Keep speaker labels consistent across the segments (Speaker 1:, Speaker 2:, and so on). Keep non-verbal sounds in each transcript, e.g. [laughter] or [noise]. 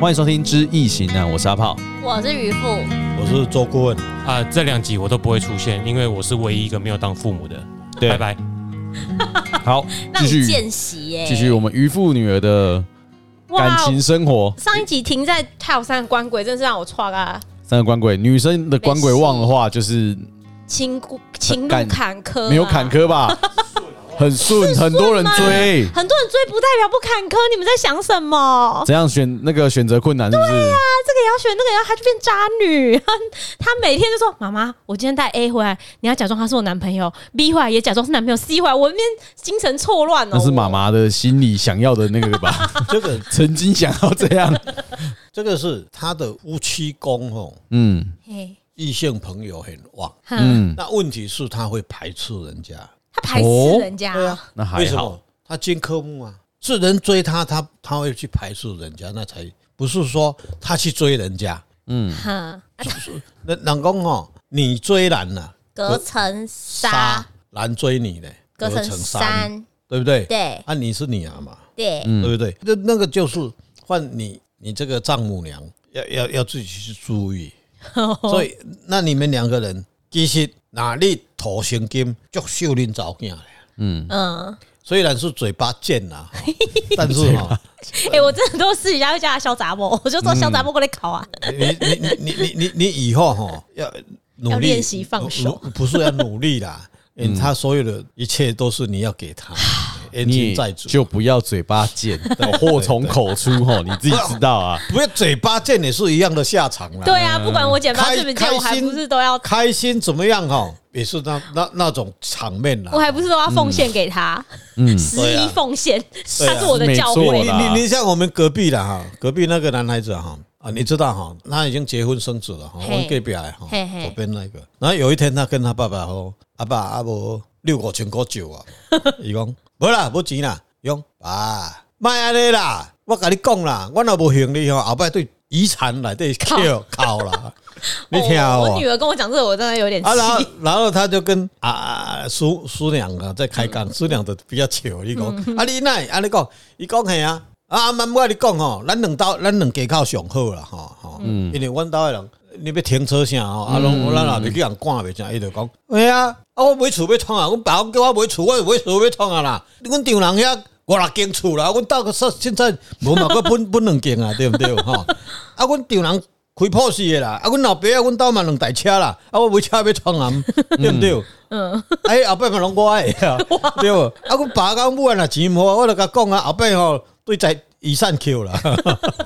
Speaker 1: 欢迎收听《知易行难》，我是阿
Speaker 2: [laughs]
Speaker 1: 炮。
Speaker 2: 我是渔夫，
Speaker 3: 我是周顾问，
Speaker 4: 啊、这两集我都不会出现，因为我是唯一一个没有当父母的。
Speaker 3: 对
Speaker 4: 拜拜。
Speaker 1: 好，
Speaker 2: 让
Speaker 1: 继
Speaker 2: 你
Speaker 1: 续
Speaker 2: 见习耶、
Speaker 1: 继续我们渔父女儿的感情生活。
Speaker 2: 哦
Speaker 5: 上一集停在太有山的官鬼，真是让我错啊！
Speaker 1: 三个官鬼，女生的官鬼旺的
Speaker 2: 啊
Speaker 1: 话，就是
Speaker 5: 情故情路
Speaker 1: 感
Speaker 5: 坎坷、啊
Speaker 1: 没有坎，坷
Speaker 2: [laughs]
Speaker 1: 吧，很顺，
Speaker 2: 啊
Speaker 1: 很多人追。
Speaker 5: 很多人追不代表不坎坷。你们在想什么？
Speaker 1: 怎样选那个选择困难是不是？
Speaker 5: 他这个也要选，那个也要，他就变渣女。他他每天就说：“妈妈，我今天带 A 回来，你要假装他是我男朋友；B 回来也假装是男朋友；C 回来，我那边精神错乱哦。”
Speaker 1: 那是妈妈的心里想要的那个
Speaker 2: [laughs]
Speaker 1: 吧？
Speaker 3: 这个
Speaker 1: 曾经想要这样，
Speaker 3: 这个是他的夫妻宫哦，
Speaker 1: 嗯
Speaker 5: 嘿。
Speaker 3: 异性朋友很旺。
Speaker 5: 嗯，
Speaker 1: 嗯，
Speaker 3: 那问题是他会排斥人家，
Speaker 5: 他排
Speaker 1: 哦
Speaker 5: 斥人家，
Speaker 3: 对啊，
Speaker 1: 那还
Speaker 3: 为什
Speaker 1: 好，
Speaker 3: 么？他金科目啊，是人追他，他他会去排斥人家，那才不是说他去追人家。
Speaker 1: 嗯，
Speaker 5: 哼，
Speaker 3: 那老公哦，你追男了、
Speaker 2: 隔层纱，
Speaker 3: 男追你呢，
Speaker 2: 隔层
Speaker 3: 山，嗯
Speaker 2: 山，
Speaker 3: 对不对？
Speaker 2: 对
Speaker 3: 啊，你是女儿嘛，
Speaker 2: 对，
Speaker 3: 对不对？那那个就是换你，你这个丈母娘要要要自己去注意。所以，那你们两个人其实哪里土生金，足秀恁早囝的。啊
Speaker 5: 嗯，
Speaker 3: 虽然是嘴巴贱啦、哈但是哈、
Speaker 5: 哎、我真的都私底下会叫他小杂毛，我就
Speaker 1: 嗯
Speaker 5: 说小杂毛过来考啊，
Speaker 3: 你你你你你你以后哈、要努力
Speaker 5: 要练习放手
Speaker 3: 努，不是要努力啦。嗯，他所有的一切都是你要给他，恩
Speaker 1: 你
Speaker 3: 情在
Speaker 1: 也
Speaker 3: 主，
Speaker 1: 就不要嘴巴
Speaker 3: [laughs]
Speaker 1: 贱，祸从口出吼，你自己知道啊。
Speaker 3: 不要嘴巴贱也是一样的下场啦。
Speaker 5: 对啊，不管我剪发
Speaker 3: 开
Speaker 5: 这么剪，我还不是都要，
Speaker 3: 开心怎么样哈、也是那那那种场面啦
Speaker 5: 我。还不是都要奉献给他，十
Speaker 3: 对
Speaker 5: 一
Speaker 3: 啊
Speaker 5: 奉献，
Speaker 3: 对啊
Speaker 5: 他是我的教
Speaker 1: 没
Speaker 5: 会
Speaker 1: 错
Speaker 3: 你
Speaker 1: 啦，
Speaker 3: 你你像我们隔壁的哈，隔壁那个男孩子哈啊，你知道哈，他已经结婚生子了哈，
Speaker 5: 嘿
Speaker 3: 我隔壁来哈，
Speaker 5: 嘿嘿
Speaker 3: 左边那个。然后有一天他跟他爸爸吼，阿爸阿伯六五千块酒
Speaker 5: [laughs]
Speaker 3: 啊，伊讲无啦，无钱啦，伊讲爸，莫安尼啦，我甲你讲啦，我若无行李吼，后摆对遗产来
Speaker 5: [laughs]
Speaker 3: 对扣扣啦，你听
Speaker 5: 哦我
Speaker 3: 哦
Speaker 5: 女。儿跟我讲这个，我真的有点气
Speaker 3: 啊，。然后然后他就跟啊啊苏苏娘啊在开讲，苏娘就比较笑，伊讲啊你那啊你讲，伊讲系啊，啊阿妈我跟你讲吼，咱两兜咱两家口上好啦吼吼，因为阮兜的人你要停车啥吼，啊拢咱也袂去人赶袂啥，伊就讲，哎啊，啊我买厝要创啊，阮爸讲叫我买厝，我买厝要创啊啦，阮丈人遐。五六间厝啦，阮兜个说现在无嘛个分分两间啊，对毋对吼？啊，阮丈人开破事的啦，啊，阮老爸啊，阮兜嘛两台车啦，啊，我买车要创啊，对毋对？嗯，哎，后摆嘛拢我诶啊，对无？啊，阮爸讲母啊，若钱无，我就甲讲啊，后摆吼对在遗产扣
Speaker 1: [laughs]
Speaker 3: 啦，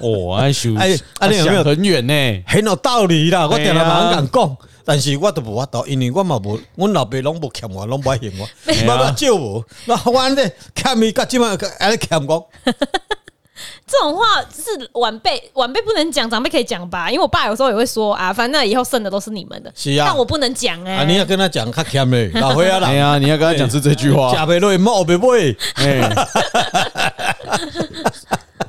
Speaker 1: 哦，安修，
Speaker 3: 哎啊你有没有
Speaker 1: 想很远呢？
Speaker 3: 很有道理啦，我定定
Speaker 1: 哎呀
Speaker 3: 嘛敢讲。但是我都无法度，因为我嘛无，阮老爸拢无欠我，拢无欠我，
Speaker 1: 呀
Speaker 3: 妈妈借无，那我安尼欠伊，甲即摆安尼欠我，
Speaker 5: 这种话是晚辈晚辈不能讲，长辈可以讲吧？因为我爸有时候也会说啊，反正以后剩的都是你们的，
Speaker 3: 是啊
Speaker 5: 但我不能讲
Speaker 3: 啊，你
Speaker 5: 哎
Speaker 3: 要。跟他讲较欠诶，老伙仔
Speaker 1: 哎
Speaker 3: 啦，哎
Speaker 1: 呀，你要跟他讲是这句话
Speaker 3: 食，袂落，猫袂买。
Speaker 1: 哎，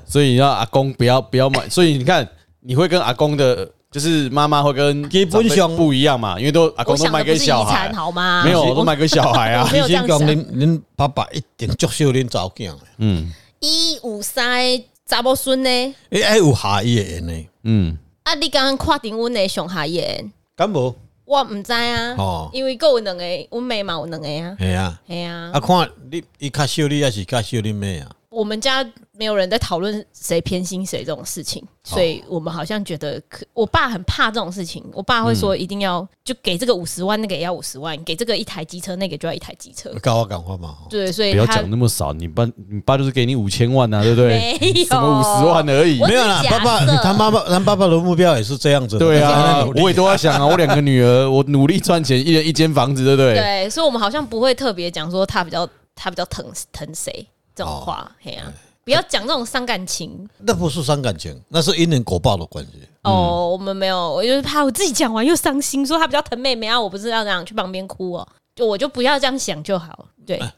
Speaker 1: 所以要阿公不要不要买，所以你看你会跟阿公的，就是妈妈会跟
Speaker 3: 基本上
Speaker 1: 长辈不一样嘛，因为都阿
Speaker 5: 我
Speaker 1: 公都
Speaker 5: 想的
Speaker 1: 买
Speaker 5: 不
Speaker 1: 给
Speaker 5: 是遗
Speaker 1: 小孩
Speaker 5: 产，好吗？
Speaker 1: 没有我都买给小孩啊
Speaker 5: 我，没有这样
Speaker 3: 先讲
Speaker 5: 想。
Speaker 3: 恁恁爸爸一定足少恁查某囝的，
Speaker 1: 嗯
Speaker 5: 一五三查某孙呢？
Speaker 3: 伊爱有下伊的呢，
Speaker 1: [laughs] 嗯，
Speaker 5: 啊，你刚刚跨顶阮的上下言，
Speaker 3: 敢无？
Speaker 5: 我唔知啊
Speaker 3: 哦，
Speaker 5: 因为够有两个，阮妹嘛有两个啊，
Speaker 3: 系啊，
Speaker 5: 哎呀
Speaker 3: 啊，看你伊较少你，还是较少恁妹啊？
Speaker 5: 我们家没有人在讨论谁偏心谁这种事情，所以我们好像觉得可，我爸很怕这种事情。我爸会说，一定要、就给这个五十万，那个也要五十万，给这个一台机车，那个就要一台机车。
Speaker 3: 甲我讲法嘛，吼
Speaker 5: 对，所以
Speaker 1: 呃不要
Speaker 5: 他
Speaker 1: 讲那么少，你爸你爸就是给你五千万啊，对不对？
Speaker 5: 没有
Speaker 1: 什么五十万而已
Speaker 5: 我，
Speaker 3: 没有啦，
Speaker 2: 假设
Speaker 3: 爸爸他妈妈他爸爸的目标也是这样子的，
Speaker 1: 对
Speaker 3: 他在
Speaker 1: 啊
Speaker 3: 努，力
Speaker 1: 我也都在想啊，我两个女儿，我努力赚钱，一人一间房子，对不对？
Speaker 5: 对，所以我们好像不会特别讲说他比较他比较疼疼谁这种
Speaker 1: 哦
Speaker 5: 话。嘿呀、不要讲这种伤感情
Speaker 3: 那不是伤感情，那是因人果报的关系。
Speaker 5: 哦。
Speaker 1: 嗯
Speaker 5: 我们没有，我就是怕我自己讲完又伤心，说他比较疼妹妹啊，我不是要这样去旁边哭哦。就我就不要这样想就好，对，
Speaker 1: 哎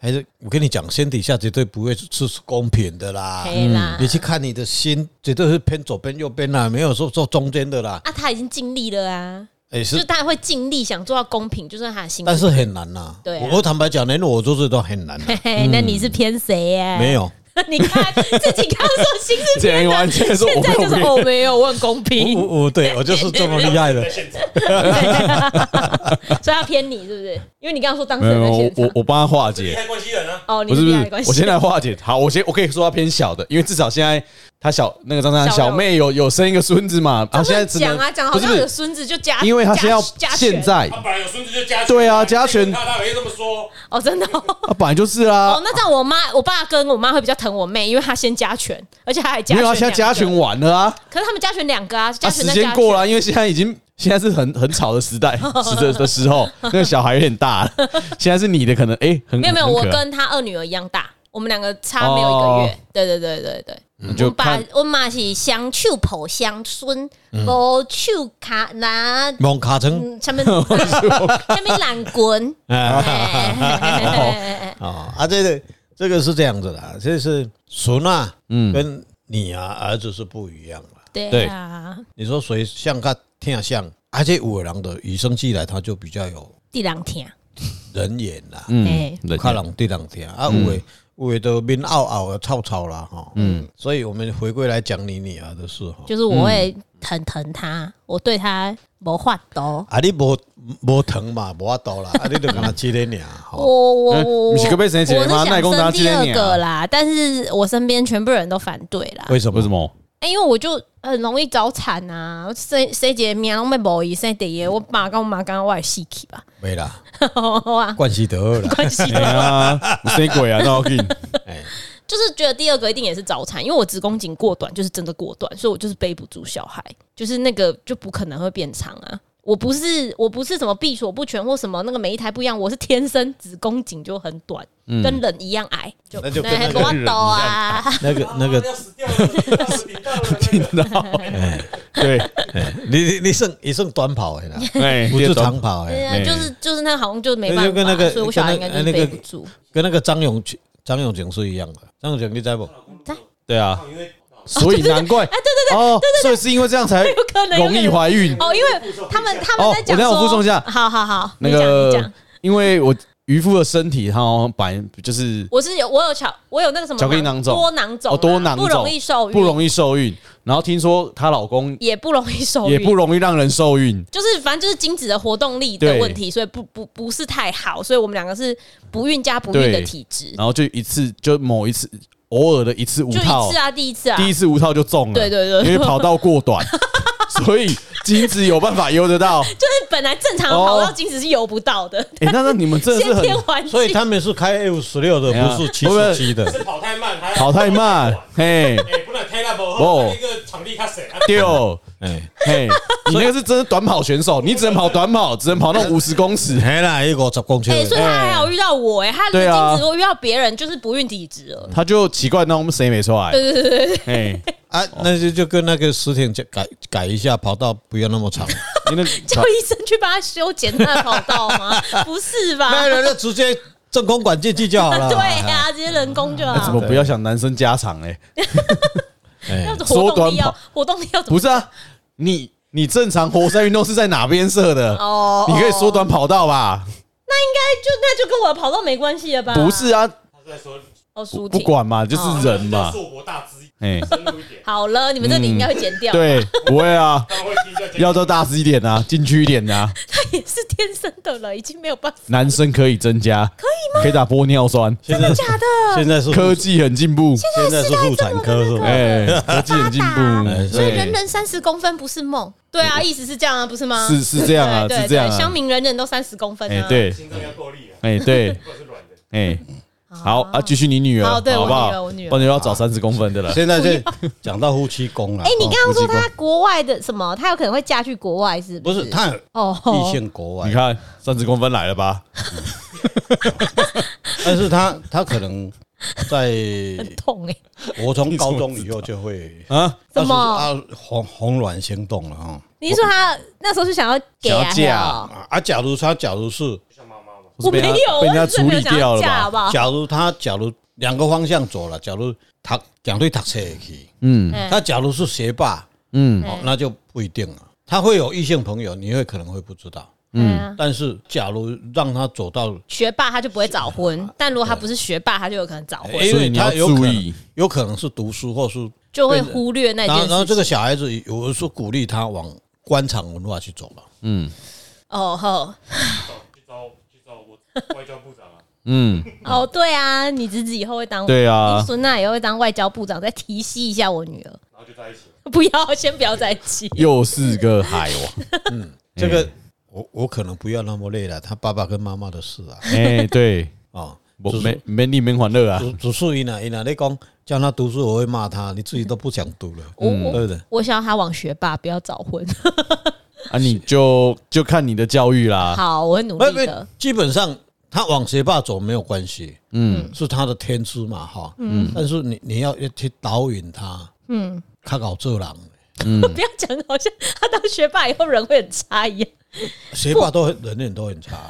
Speaker 3: 还是我跟你讲，先底下绝对不会是是公平的啦。
Speaker 5: 嘿啊啦。
Speaker 3: 你去看你的心，绝对是偏左边右边啦，没有说说中间的啦。
Speaker 5: 啊，他已经尽力了啊，
Speaker 3: 也
Speaker 5: 就是是他会尽力想做到公平，就是他的心。
Speaker 3: 但是很难呐、
Speaker 5: 对啊 [laughs]
Speaker 3: 我我坦白讲，连我做这都很难、啊。
Speaker 5: 哎
Speaker 1: 嗯
Speaker 5: 嘿嘿，那你是偏谁呀、啊
Speaker 3: 没有，
Speaker 5: [laughs] 你看自己刚说心
Speaker 1: [laughs]
Speaker 5: 是
Speaker 1: 简完全说
Speaker 5: 现
Speaker 1: 我
Speaker 5: 在就是
Speaker 1: 没有
Speaker 5: 哦，没有，我很公平，
Speaker 3: 我我对我就是这么厉害的，
Speaker 5: 所以他偏你是不是？因为你刚刚说当事
Speaker 1: 没有
Speaker 5: 人
Speaker 1: 没
Speaker 5: 在
Speaker 1: 有，我
Speaker 5: 现
Speaker 1: 我
Speaker 5: 场，
Speaker 1: 我帮他化
Speaker 5: [laughs]
Speaker 1: 解。
Speaker 4: 关系人啊，
Speaker 5: 哦，你
Speaker 1: 不是不
Speaker 5: 恋
Speaker 1: 是
Speaker 5: 爱关，系，
Speaker 1: 我先来化解。好，我先我可以说他偏小的，因为至少现在他小那个张三
Speaker 5: 小
Speaker 1: 小妹有有生一个孙子嘛，啊，现在只能
Speaker 5: 讲啊讲，
Speaker 1: 不
Speaker 5: 好
Speaker 1: 是
Speaker 5: 像
Speaker 1: 不
Speaker 5: 有
Speaker 1: 是，
Speaker 5: 孙子就加，
Speaker 1: 因为他现在要
Speaker 5: 加加权
Speaker 1: 现在
Speaker 4: 他本来有孙子就加权
Speaker 1: [laughs]
Speaker 4: 啊
Speaker 1: 对啊加权
Speaker 4: 他他没这么说，
Speaker 5: 哦，真的哦。
Speaker 1: 啊，本来就是啊
Speaker 5: 哦，，那这样我妈、我爸跟我妈会比较疼我妹，因为她先加权，而且她还加
Speaker 1: 因为
Speaker 5: 权。
Speaker 1: 他现在加权，晚了啊，
Speaker 5: 可是他们加权两个啊，加
Speaker 1: 啊，
Speaker 5: 权
Speaker 1: 时
Speaker 5: 再加
Speaker 1: 间
Speaker 5: 权
Speaker 1: 过了啊，因为现在已经现在是很很吵的时
Speaker 5: [laughs]
Speaker 1: 代时的的时候，那个小孩有点大了，现在是你的可能哎，很
Speaker 5: 没有没有，
Speaker 1: 很
Speaker 5: 我
Speaker 1: 可爱
Speaker 5: 跟她二女儿一样大，我们两个差没有一个月
Speaker 1: 哦。
Speaker 5: 对对对对对，
Speaker 1: 你
Speaker 2: 我
Speaker 1: 嗯就
Speaker 2: 爸
Speaker 1: 看
Speaker 2: 我妈是乡手抱乡孙，
Speaker 1: 嗯
Speaker 2: 无手卡拿
Speaker 3: 蒙卡成
Speaker 2: 嗯，
Speaker 1: [laughs]
Speaker 2: 什么什么懒滚，哎
Speaker 3: 啊啊，这个这个是这样子的，这是孙啊，嗯，跟你啊儿子是不一样的。
Speaker 5: 对啊，
Speaker 3: 你说谁像他听像，而且有的人的与生俱来，他就比较有
Speaker 5: 第两天，
Speaker 3: 人缘啦，
Speaker 1: 嗯
Speaker 5: 哎，
Speaker 1: 人
Speaker 3: 看人对人听啊，有的有的都面拗拗的吵吵啦哈，嗯，所以我们回归来讲你女儿的事哈，
Speaker 2: 就是我会
Speaker 1: 嗯
Speaker 2: 很疼她，我对她没法
Speaker 1: 哦
Speaker 2: 度。
Speaker 3: 啊你无无疼嘛，无法度啦，啊你就跟他接的尔吼，
Speaker 5: 我我
Speaker 1: 嗯
Speaker 5: 我，
Speaker 1: 你是个被生一个
Speaker 5: 我是
Speaker 1: 吗那你
Speaker 5: 想
Speaker 1: 讲哪
Speaker 5: 生
Speaker 1: 一个你
Speaker 5: 第二
Speaker 1: 啊
Speaker 5: 个啦，但是我身边全部人都反对啦。
Speaker 3: 为什么
Speaker 1: 为什？么？
Speaker 5: 哎、因为我就很容易早产啊，我生生一个命拢要无伊生第一个，我爸跟我妈讲我会死去吧，
Speaker 3: 没啦，
Speaker 5: 哇，
Speaker 3: 关系得二啦，
Speaker 5: 关系
Speaker 1: 哎呀，谁鬼啊？那
Speaker 5: [laughs]
Speaker 1: 我给你
Speaker 3: 哎，
Speaker 5: 就是觉得第二个一定也是早产，因为我子宫颈过短，就是真的过短，所以我就是背不住小孩，就是那个就不可能会变长啊。我不是我不是什么闭锁不全或什么那个每一台不一样，我是天生子宫颈就很短，
Speaker 3: 嗯
Speaker 5: 跟人一样矮，就
Speaker 3: 那就跟
Speaker 2: 哎
Speaker 3: 那
Speaker 2: 没法
Speaker 3: 个
Speaker 2: 度
Speaker 5: [laughs]
Speaker 2: 啊！
Speaker 3: 那个那个，
Speaker 4: 要死掉了，死掉了死掉了那个
Speaker 3: 哎，
Speaker 1: 对，
Speaker 3: [laughs] 你你你算你算短跑的
Speaker 5: [laughs]
Speaker 3: 啦，
Speaker 1: 哎，
Speaker 3: 不是
Speaker 1: 这种
Speaker 3: 长跑
Speaker 5: 对
Speaker 3: 的，
Speaker 5: 啊，
Speaker 1: 哎
Speaker 5: 就是就是那好像就没
Speaker 3: 那就
Speaker 5: 办法，
Speaker 3: 跟那个
Speaker 5: 所以我小孩应该就
Speaker 3: 跟那
Speaker 5: 是
Speaker 3: 个
Speaker 5: 背不住。
Speaker 3: 跟那个张永庆张永景是一样的，张永景你知
Speaker 5: [laughs]
Speaker 3: 不？
Speaker 1: 对啊，所以难怪
Speaker 5: 哎、对
Speaker 1: 哦，所以是因为这样才
Speaker 5: 对对，有可能有可
Speaker 1: 容
Speaker 5: 能
Speaker 1: 易怀孕。
Speaker 5: 哦，因为他们他
Speaker 1: 哦
Speaker 5: 们在讲
Speaker 1: 我等一下
Speaker 5: 说，
Speaker 1: 我附送一下
Speaker 5: 好好好，
Speaker 1: 那
Speaker 5: 你讲你
Speaker 1: 个
Speaker 5: 讲，
Speaker 1: 因为我渔夫的身体，他好像本来就是
Speaker 5: 我是有我有巧，我有那个什么
Speaker 1: 巧克力囊肿
Speaker 5: 多囊肿啊，
Speaker 1: 哦多囊肿
Speaker 5: 不容易受孕，
Speaker 1: 不容易受孕，然后听说她老公
Speaker 5: 也不容易受
Speaker 1: 也
Speaker 5: 孕，
Speaker 1: 不容易让人受孕，
Speaker 5: 就是反正就是精子的活动力的
Speaker 1: 对
Speaker 5: 问题，所以不不不是太好，所以我们两个是不孕加不孕的
Speaker 1: 对
Speaker 5: 体质，
Speaker 1: 然后就一次就某一次偶尔的一次无
Speaker 5: 就
Speaker 1: 套
Speaker 5: 一次，啊，第一次啊，
Speaker 1: 哦第一次无套就中了，
Speaker 5: 对对对
Speaker 1: 因为跑道过
Speaker 5: [laughs]
Speaker 1: 短，所以精子有办法游得到。
Speaker 5: 就是本来正常的
Speaker 1: 哦
Speaker 5: 跑道精子是游不到的，
Speaker 1: 哎，那那你们真的是
Speaker 5: 先
Speaker 1: 很
Speaker 5: 天哎环境，
Speaker 3: 所以他们是开 F 十六的，
Speaker 1: 哎呀
Speaker 3: 不是七十七的。 [laughs]
Speaker 4: 是跑太慢，还
Speaker 1: 跑太慢，嘿，
Speaker 4: 哎，不能太那么
Speaker 1: 哦
Speaker 4: 厚，那个场地卡谁啊？
Speaker 1: [laughs] 丢。
Speaker 3: 哎，
Speaker 1: 嘿，你那个是真的短跑选手，你只能跑短跑，只能跑那五十公尺。
Speaker 3: 嘿啦，一个十公
Speaker 5: 哎、
Speaker 3: 斤
Speaker 5: 所以他还好遇到我哎、他的
Speaker 1: 对啊
Speaker 5: 精子如果遇到别人就是不孕体质了，
Speaker 1: 他就奇怪，那我们谁没出来？对对对对，哎，
Speaker 3: 啊，那就就跟那个十田就改改一下，跑道不要那么
Speaker 5: [laughs]
Speaker 3: 长。
Speaker 1: 你那
Speaker 5: 叫医生去帮他修剪他的跑道
Speaker 1: [laughs]
Speaker 5: 吗？不是吧
Speaker 3: 那？人就直接正空管进去
Speaker 5: [laughs]
Speaker 3: 就好了。
Speaker 5: 对啊呀、直接人工就好。
Speaker 1: 怎么不要想男生加长欸嘞？
Speaker 3: 哎，
Speaker 5: 要活动
Speaker 1: 缩
Speaker 5: 力
Speaker 1: 短
Speaker 5: 要
Speaker 1: 跑
Speaker 5: 活动力要怎么？
Speaker 1: 不是啊，你你正常活塞运动是在哪边设的？
Speaker 5: 哦，
Speaker 1: 你可以缩
Speaker 5: 哦，
Speaker 1: 短跑道吧？
Speaker 5: 那就那就跟我的跑道没关系了吧？
Speaker 1: 不是，啊，
Speaker 4: 他在说
Speaker 5: 哦，舒
Speaker 1: 不
Speaker 5: 婷，
Speaker 1: 管嘛，就是人 [laughs] 嘛。
Speaker 4: 硕博大之
Speaker 1: 哎，
Speaker 4: 深入一点，
Speaker 5: 好了，你们这里应该会剪
Speaker 1: 嗯
Speaker 5: 掉。，[laughs]
Speaker 1: 对，不会啊，
Speaker 4: 他们会听在
Speaker 1: 要都大只一点啊，进去一点啊，
Speaker 5: 他也是天生的了，已经没有办法。
Speaker 1: 男生可以增加，可以吗？可以打玻尿酸，
Speaker 3: 现在假的？现在是
Speaker 1: 科
Speaker 3: 妇
Speaker 1: 技很进步，
Speaker 3: 现在是
Speaker 5: 啊
Speaker 3: 妇产科是吧？哦哎
Speaker 1: 哎，科技很进
Speaker 3: 哎
Speaker 1: 步，
Speaker 3: 所
Speaker 1: 对
Speaker 5: 人三十公分不是梦，对啊，意思是这样啊，不是吗？
Speaker 1: 是是这样啊，
Speaker 5: 对对
Speaker 1: 是这样
Speaker 5: 对乡
Speaker 1: 啊。
Speaker 5: 民人人都三十公分
Speaker 1: 哎
Speaker 5: 啊。，，
Speaker 1: 对，
Speaker 4: 心脏要够力啊，
Speaker 1: 哎对，
Speaker 4: 或者是软的。
Speaker 1: 哎，好啊，继续你女儿，
Speaker 5: 好对
Speaker 1: 好不
Speaker 5: 我女儿
Speaker 1: 好？
Speaker 5: 我女儿
Speaker 1: 不然要找三十公分的了。
Speaker 3: 现在就讲到夫妻宫了。
Speaker 5: 哎，你
Speaker 3: 哦
Speaker 5: 刚刚说
Speaker 1: 夫妻宫
Speaker 5: 他国外的什么？他有可能会嫁去国外，是
Speaker 3: 不
Speaker 5: 是
Speaker 3: 是他有
Speaker 5: 哦
Speaker 3: 异，性国
Speaker 1: 你
Speaker 3: 外，
Speaker 1: 看三十公分来了吧？
Speaker 3: 但是他他可能在
Speaker 5: 很痛哎。
Speaker 3: [laughs] 我从高中以后就会
Speaker 1: 啊，
Speaker 5: [laughs] 什么
Speaker 3: 啊红红卵心动了哈。
Speaker 5: 你是说他那时候是想要给
Speaker 1: 想
Speaker 5: 啊？
Speaker 1: 要嫁
Speaker 5: 哦
Speaker 3: 啊啊，假如他假如是
Speaker 5: 我没
Speaker 1: 被人家
Speaker 5: 有，
Speaker 1: 被人家
Speaker 5: 我只是
Speaker 1: 处理
Speaker 5: 没有想
Speaker 1: 掉
Speaker 5: 要
Speaker 1: 了
Speaker 5: 嫁
Speaker 1: 吧？
Speaker 5: 好不好？
Speaker 3: 假如他假如两个方向走了，假如他讲对读册去，
Speaker 1: 嗯
Speaker 5: 嗯
Speaker 3: 他假如是学霸，
Speaker 1: 嗯
Speaker 3: 哦，那就不一定了。他会有异性朋友，你会可能会不知道。
Speaker 5: 嗯，
Speaker 3: 但是假如让他走到，
Speaker 5: 学霸他就不会早婚，但如果他不是学霸，他就有可能早婚，
Speaker 3: 哎因
Speaker 1: 所以
Speaker 3: 为
Speaker 1: 你要
Speaker 3: 他有可
Speaker 1: 注
Speaker 3: 能
Speaker 1: 意
Speaker 3: 有可能是读书或是
Speaker 5: 哎就会忽略那
Speaker 3: 然后，然后
Speaker 5: 件
Speaker 3: 这
Speaker 5: 事
Speaker 3: 个
Speaker 5: 情。
Speaker 3: 小孩子有人说鼓励他往官场文化去走了，
Speaker 1: 嗯
Speaker 5: 哦吼，
Speaker 3: 啊
Speaker 4: 去找去找我外交部长啊，
Speaker 1: 嗯，
Speaker 5: 哦对啊，你侄子以后会当
Speaker 1: 对啊
Speaker 5: 你，孙娜也会当外交部长，再提携一下我女儿。 [laughs]
Speaker 4: 然后就在一起。
Speaker 5: 不要，先不要在一起。
Speaker 1: 又是个海王。
Speaker 3: 这个
Speaker 1: 哎
Speaker 3: 我我可能不要那么累了，他爸爸跟妈妈的事啊，
Speaker 1: 哎，对，
Speaker 3: 啊、
Speaker 1: 我
Speaker 3: 只是
Speaker 1: 没没你们欢乐啊，
Speaker 3: 只只是因啊因啊，你讲叫他读书，我会骂他，你自己都不想读了，
Speaker 5: 我
Speaker 3: 对
Speaker 5: 我
Speaker 3: 不对？
Speaker 5: 我想要他往学霸，不要早婚。 [laughs]
Speaker 1: 啊，你就就看你的教育啦。
Speaker 5: 好，我会努
Speaker 3: 没
Speaker 5: 力
Speaker 3: 没
Speaker 5: 的。，
Speaker 3: 基本上他往学霸走没有关系，
Speaker 1: 嗯，
Speaker 3: 是他的天资嘛，哈，嗯，但是你你要去导引他，嗯，他搞这狼，嗯
Speaker 5: 不要讲得好像他当学霸以后人会很差一样。
Speaker 3: 学霸都很人人都很差，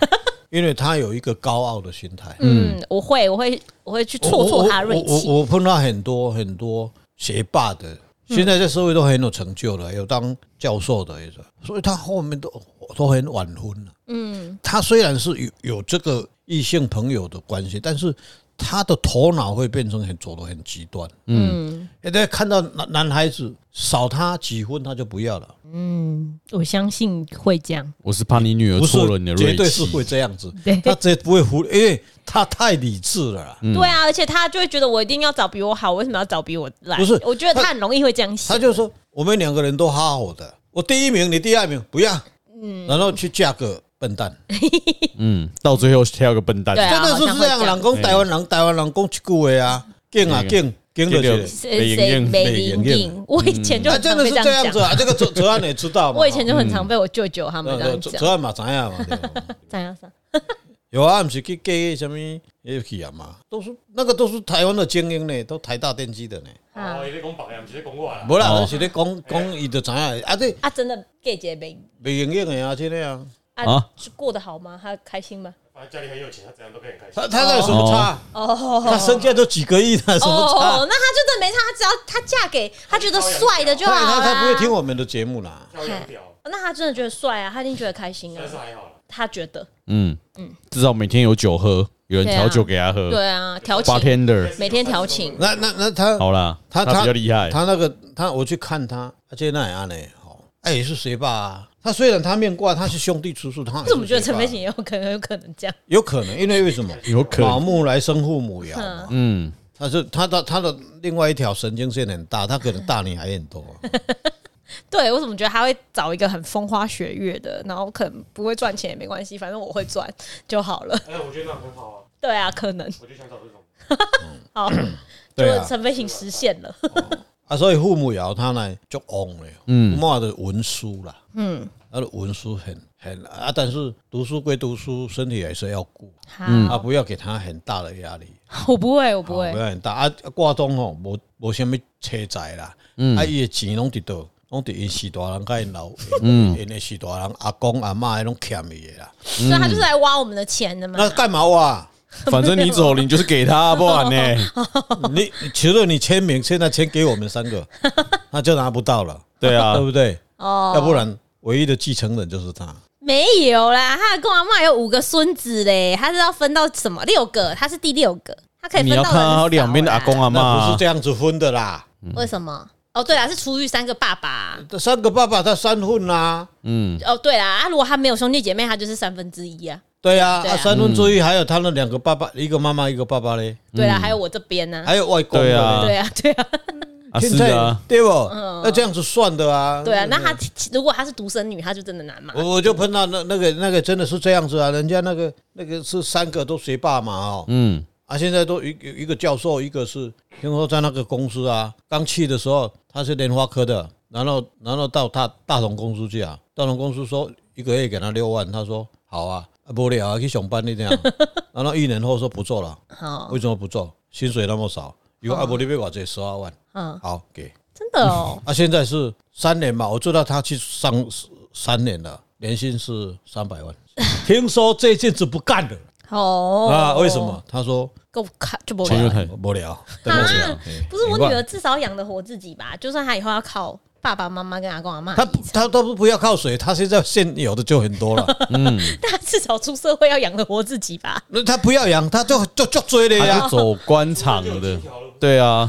Speaker 3: 因为他有一个高傲的心态，
Speaker 5: 嗯，我会，我会，我会去挫挫他锐
Speaker 3: 我我
Speaker 5: 气。
Speaker 3: 我我碰到很多很多学霸的，现在在社会都很有成就了，有当教授的也是，所以他后面都都很晚婚了。嗯，他虽然是有有这个异性朋友的关系，但是他的头脑会变成很走的很极端。
Speaker 5: 嗯
Speaker 3: 现在看到男男孩子少他几婚，他就不要了，
Speaker 5: 嗯，我相信会这样。
Speaker 1: 我是怕你女儿
Speaker 3: 不是
Speaker 1: 错了你的
Speaker 3: 绝
Speaker 1: 锐
Speaker 3: 对是会
Speaker 1: 气。
Speaker 3: 这样子
Speaker 5: 对，
Speaker 3: 他绝不会忽略，因为他太理智了啦。
Speaker 5: 对啊，而且他就会觉得我一定要找比我好，为什么要找比我烂？
Speaker 3: 不是
Speaker 5: 我觉得他很容易会这样想。
Speaker 3: 他就说我们两个人都哈好的，我第一名，你第二名，不要，然后去嫁个笨蛋，
Speaker 1: 嗯，到最后挑个笨蛋
Speaker 5: 对，啊
Speaker 3: 真的是
Speaker 5: 好像会
Speaker 3: 这样。
Speaker 5: 这样
Speaker 3: 人讲台湾人，台湾人讲一句话啊，劲啊劲，劲
Speaker 1: 这
Speaker 3: 就是
Speaker 1: 个。
Speaker 5: 谁
Speaker 1: 没
Speaker 5: 谁
Speaker 1: 营养
Speaker 5: 没
Speaker 3: 没
Speaker 5: 灵
Speaker 3: 营
Speaker 5: 定？我以前就
Speaker 3: 啊，
Speaker 5: 很
Speaker 3: 真
Speaker 5: 常
Speaker 3: 的
Speaker 5: 被
Speaker 3: 是这样子
Speaker 5: 讲。
Speaker 3: 啊！这嗯个哲哲安也知道嘛，
Speaker 5: 我以前就很常被我舅舅他们这
Speaker 3: 哲
Speaker 5: 样
Speaker 3: 哲
Speaker 5: 讲
Speaker 3: 哲。安嘛怎样嘛，对吧
Speaker 5: 这样子啊，
Speaker 3: 有啊，不是去嫁什么也去啊嘛，都是那个都是台湾的精英呢，都台大电机的呢。
Speaker 5: 啊
Speaker 4: 哦，伊咧讲别人，毋是咧讲我啦。
Speaker 3: 无啦，
Speaker 1: 哦
Speaker 3: 就是你讲讲伊就知影啊，这
Speaker 5: 啊，真的 gay 姐没
Speaker 3: 没营养的啊，真的啊，
Speaker 5: 啊
Speaker 1: 啊，
Speaker 5: 是过得好吗？他开心吗？
Speaker 4: 反正家里很有钱，他怎样都可
Speaker 5: [laughs]
Speaker 4: 以很开心。
Speaker 3: 他他那有什么差？
Speaker 5: 哦，
Speaker 3: 他身价都几个亿了，什么差？
Speaker 5: 哦，那他就真的没差，他只要他嫁给他觉得帅
Speaker 3: [laughs]
Speaker 5: 的就好
Speaker 3: 对他
Speaker 5: 了。
Speaker 3: 他不会听我们的节目啦。
Speaker 4: 跳一表，
Speaker 5: 那他真的觉得帅啊，他一定觉得开心啊
Speaker 4: 但，是还好啦。
Speaker 5: 他觉得
Speaker 1: 嗯嗯，至少每天有酒喝，有人
Speaker 5: 对啊
Speaker 1: 调酒给他喝。
Speaker 5: 对啊，调情，
Speaker 1: bartender，
Speaker 5: 每天调情，
Speaker 3: 那那那他
Speaker 1: 好啦，
Speaker 3: 他
Speaker 1: 比较厉害，
Speaker 3: 他那个他我去看他，他现在安呢，哦，哎也是学霸啊。他虽然他面挂他是兄弟出处，他还
Speaker 5: 我
Speaker 3: 是
Speaker 5: 怎么觉得
Speaker 3: 学
Speaker 5: 陈
Speaker 3: 霸
Speaker 5: 飞行也有可能有可能这样？
Speaker 3: 有可能？因为为什么？
Speaker 1: 有可
Speaker 3: 老
Speaker 1: 能，
Speaker 3: 木来生父母养嘛。
Speaker 1: 嗯，
Speaker 3: 他是他的他的另外一条神经线很大，他可能大你还很
Speaker 5: [laughs]
Speaker 3: 多。
Speaker 5: 对我怎么觉得他会找一个很风花雪月的，然后可能不会赚钱也没关系，反正我会赚就好了。
Speaker 4: 哎，我觉得那样很好啊，
Speaker 5: 对啊，可能
Speaker 4: 我就想找这种。
Speaker 5: 好，
Speaker 1: [clears throat]
Speaker 5: 就
Speaker 3: 对啊
Speaker 5: 陈飞行实现了。
Speaker 3: 啊，所以父母摇他呢就翁了，嗯，骂的文书啦，嗯，他的文书很很啊，但是读书归读书，身体还是要顾
Speaker 1: 嗯
Speaker 3: 啊，
Speaker 5: 好，
Speaker 3: 不要给他很大的压力，
Speaker 5: 我不会，我不
Speaker 3: 啊
Speaker 5: 会
Speaker 3: 不。要很大啊。挂钟吼，无无什么车载啦，啊，伊的钱拢伫倒，拢伫因四大人甲因老，因因的四大人阿公阿嬷迄拢欠伊的啦，
Speaker 5: 所以他就是来挖我们的钱的嘛。
Speaker 3: 那干嘛啊哇？
Speaker 1: 反正你走了，你就是给他，不然呢？
Speaker 3: [laughs] 你你除了你签名，现在签给我们三个， [laughs] 那就拿不到了，
Speaker 1: 对啊
Speaker 3: 对不对？
Speaker 5: 哦，
Speaker 3: 要不然唯一的继承人就是他。
Speaker 5: 没有啦，他跟我阿妈有五个孙子嘞，他是要分到什么六个？他是第六个，他可以
Speaker 1: 你
Speaker 5: 分
Speaker 1: 要
Speaker 5: 到
Speaker 1: 看好两边的阿公
Speaker 5: 啊，
Speaker 1: 阿
Speaker 3: 那不
Speaker 1: 妈
Speaker 3: 是这，样子分的啦。
Speaker 5: 为什么？哦，对啦，是除以三个爸爸、
Speaker 3: 这三个爸爸他三啊混啦、
Speaker 1: 嗯，
Speaker 5: 哦，对啦，啊，如果他没有兄弟姐妹，他就是三分之一啊。
Speaker 3: 对呀、啊，
Speaker 5: 对啊
Speaker 3: 三分之一还有他那两个爸爸，一个妈妈，一个爸爸嘞，
Speaker 5: 对
Speaker 1: 嗯
Speaker 5: 啦，还有我这边呢、
Speaker 3: 还有外公的嘞
Speaker 1: 对啊
Speaker 5: 嗯对啊，对啊，
Speaker 1: 啊
Speaker 3: 现
Speaker 1: 是
Speaker 3: 在
Speaker 1: 啊，
Speaker 3: 对不？那这样子算的啊。
Speaker 5: 嗯对啊。那他如果他是独生女，他就真的难嘛。
Speaker 1: 哦
Speaker 3: 我我就碰到那那个那个真的是这样子啊，人家那个那个是三个都学霸嘛哦，
Speaker 1: 嗯，
Speaker 3: 啊，现在都一个一个教授，一个是听说在那个公司啊，刚去的时候他是莲花科的，然后然后到他大同公司去啊，大同公司说一个月给他六万，他说好啊，啊不了啊，去上班你
Speaker 5: [laughs]
Speaker 3: 这样，然后一年后说不做了，
Speaker 5: 好，
Speaker 3: 为什么不做？薪水那么少，有阿伯你被我这十二万，
Speaker 5: 嗯，
Speaker 3: 好给，
Speaker 5: 真的哦，
Speaker 3: 啊现在是三年嘛，我知道他去上三年了，年薪是三百万，听说这阵子不干了
Speaker 5: 哦
Speaker 3: 啊，为什么？他说哎
Speaker 5: 够看就不
Speaker 1: 钱又太
Speaker 5: 了。
Speaker 1: 对
Speaker 5: [laughs] 嗯
Speaker 3: 无聊，对不起啊
Speaker 5: 不是我女儿至少养得活自己吧？就算她以后要靠爸爸妈妈跟阿公阿妈
Speaker 3: 他不他都不要靠谁，他现在现有的就很多了。
Speaker 5: 但他至少出社会要养得活自己吧？
Speaker 3: 那他不要养，他就就就追了
Speaker 1: 他就
Speaker 3: 呀。
Speaker 1: 走官场的，
Speaker 3: [laughs]
Speaker 1: 对啊，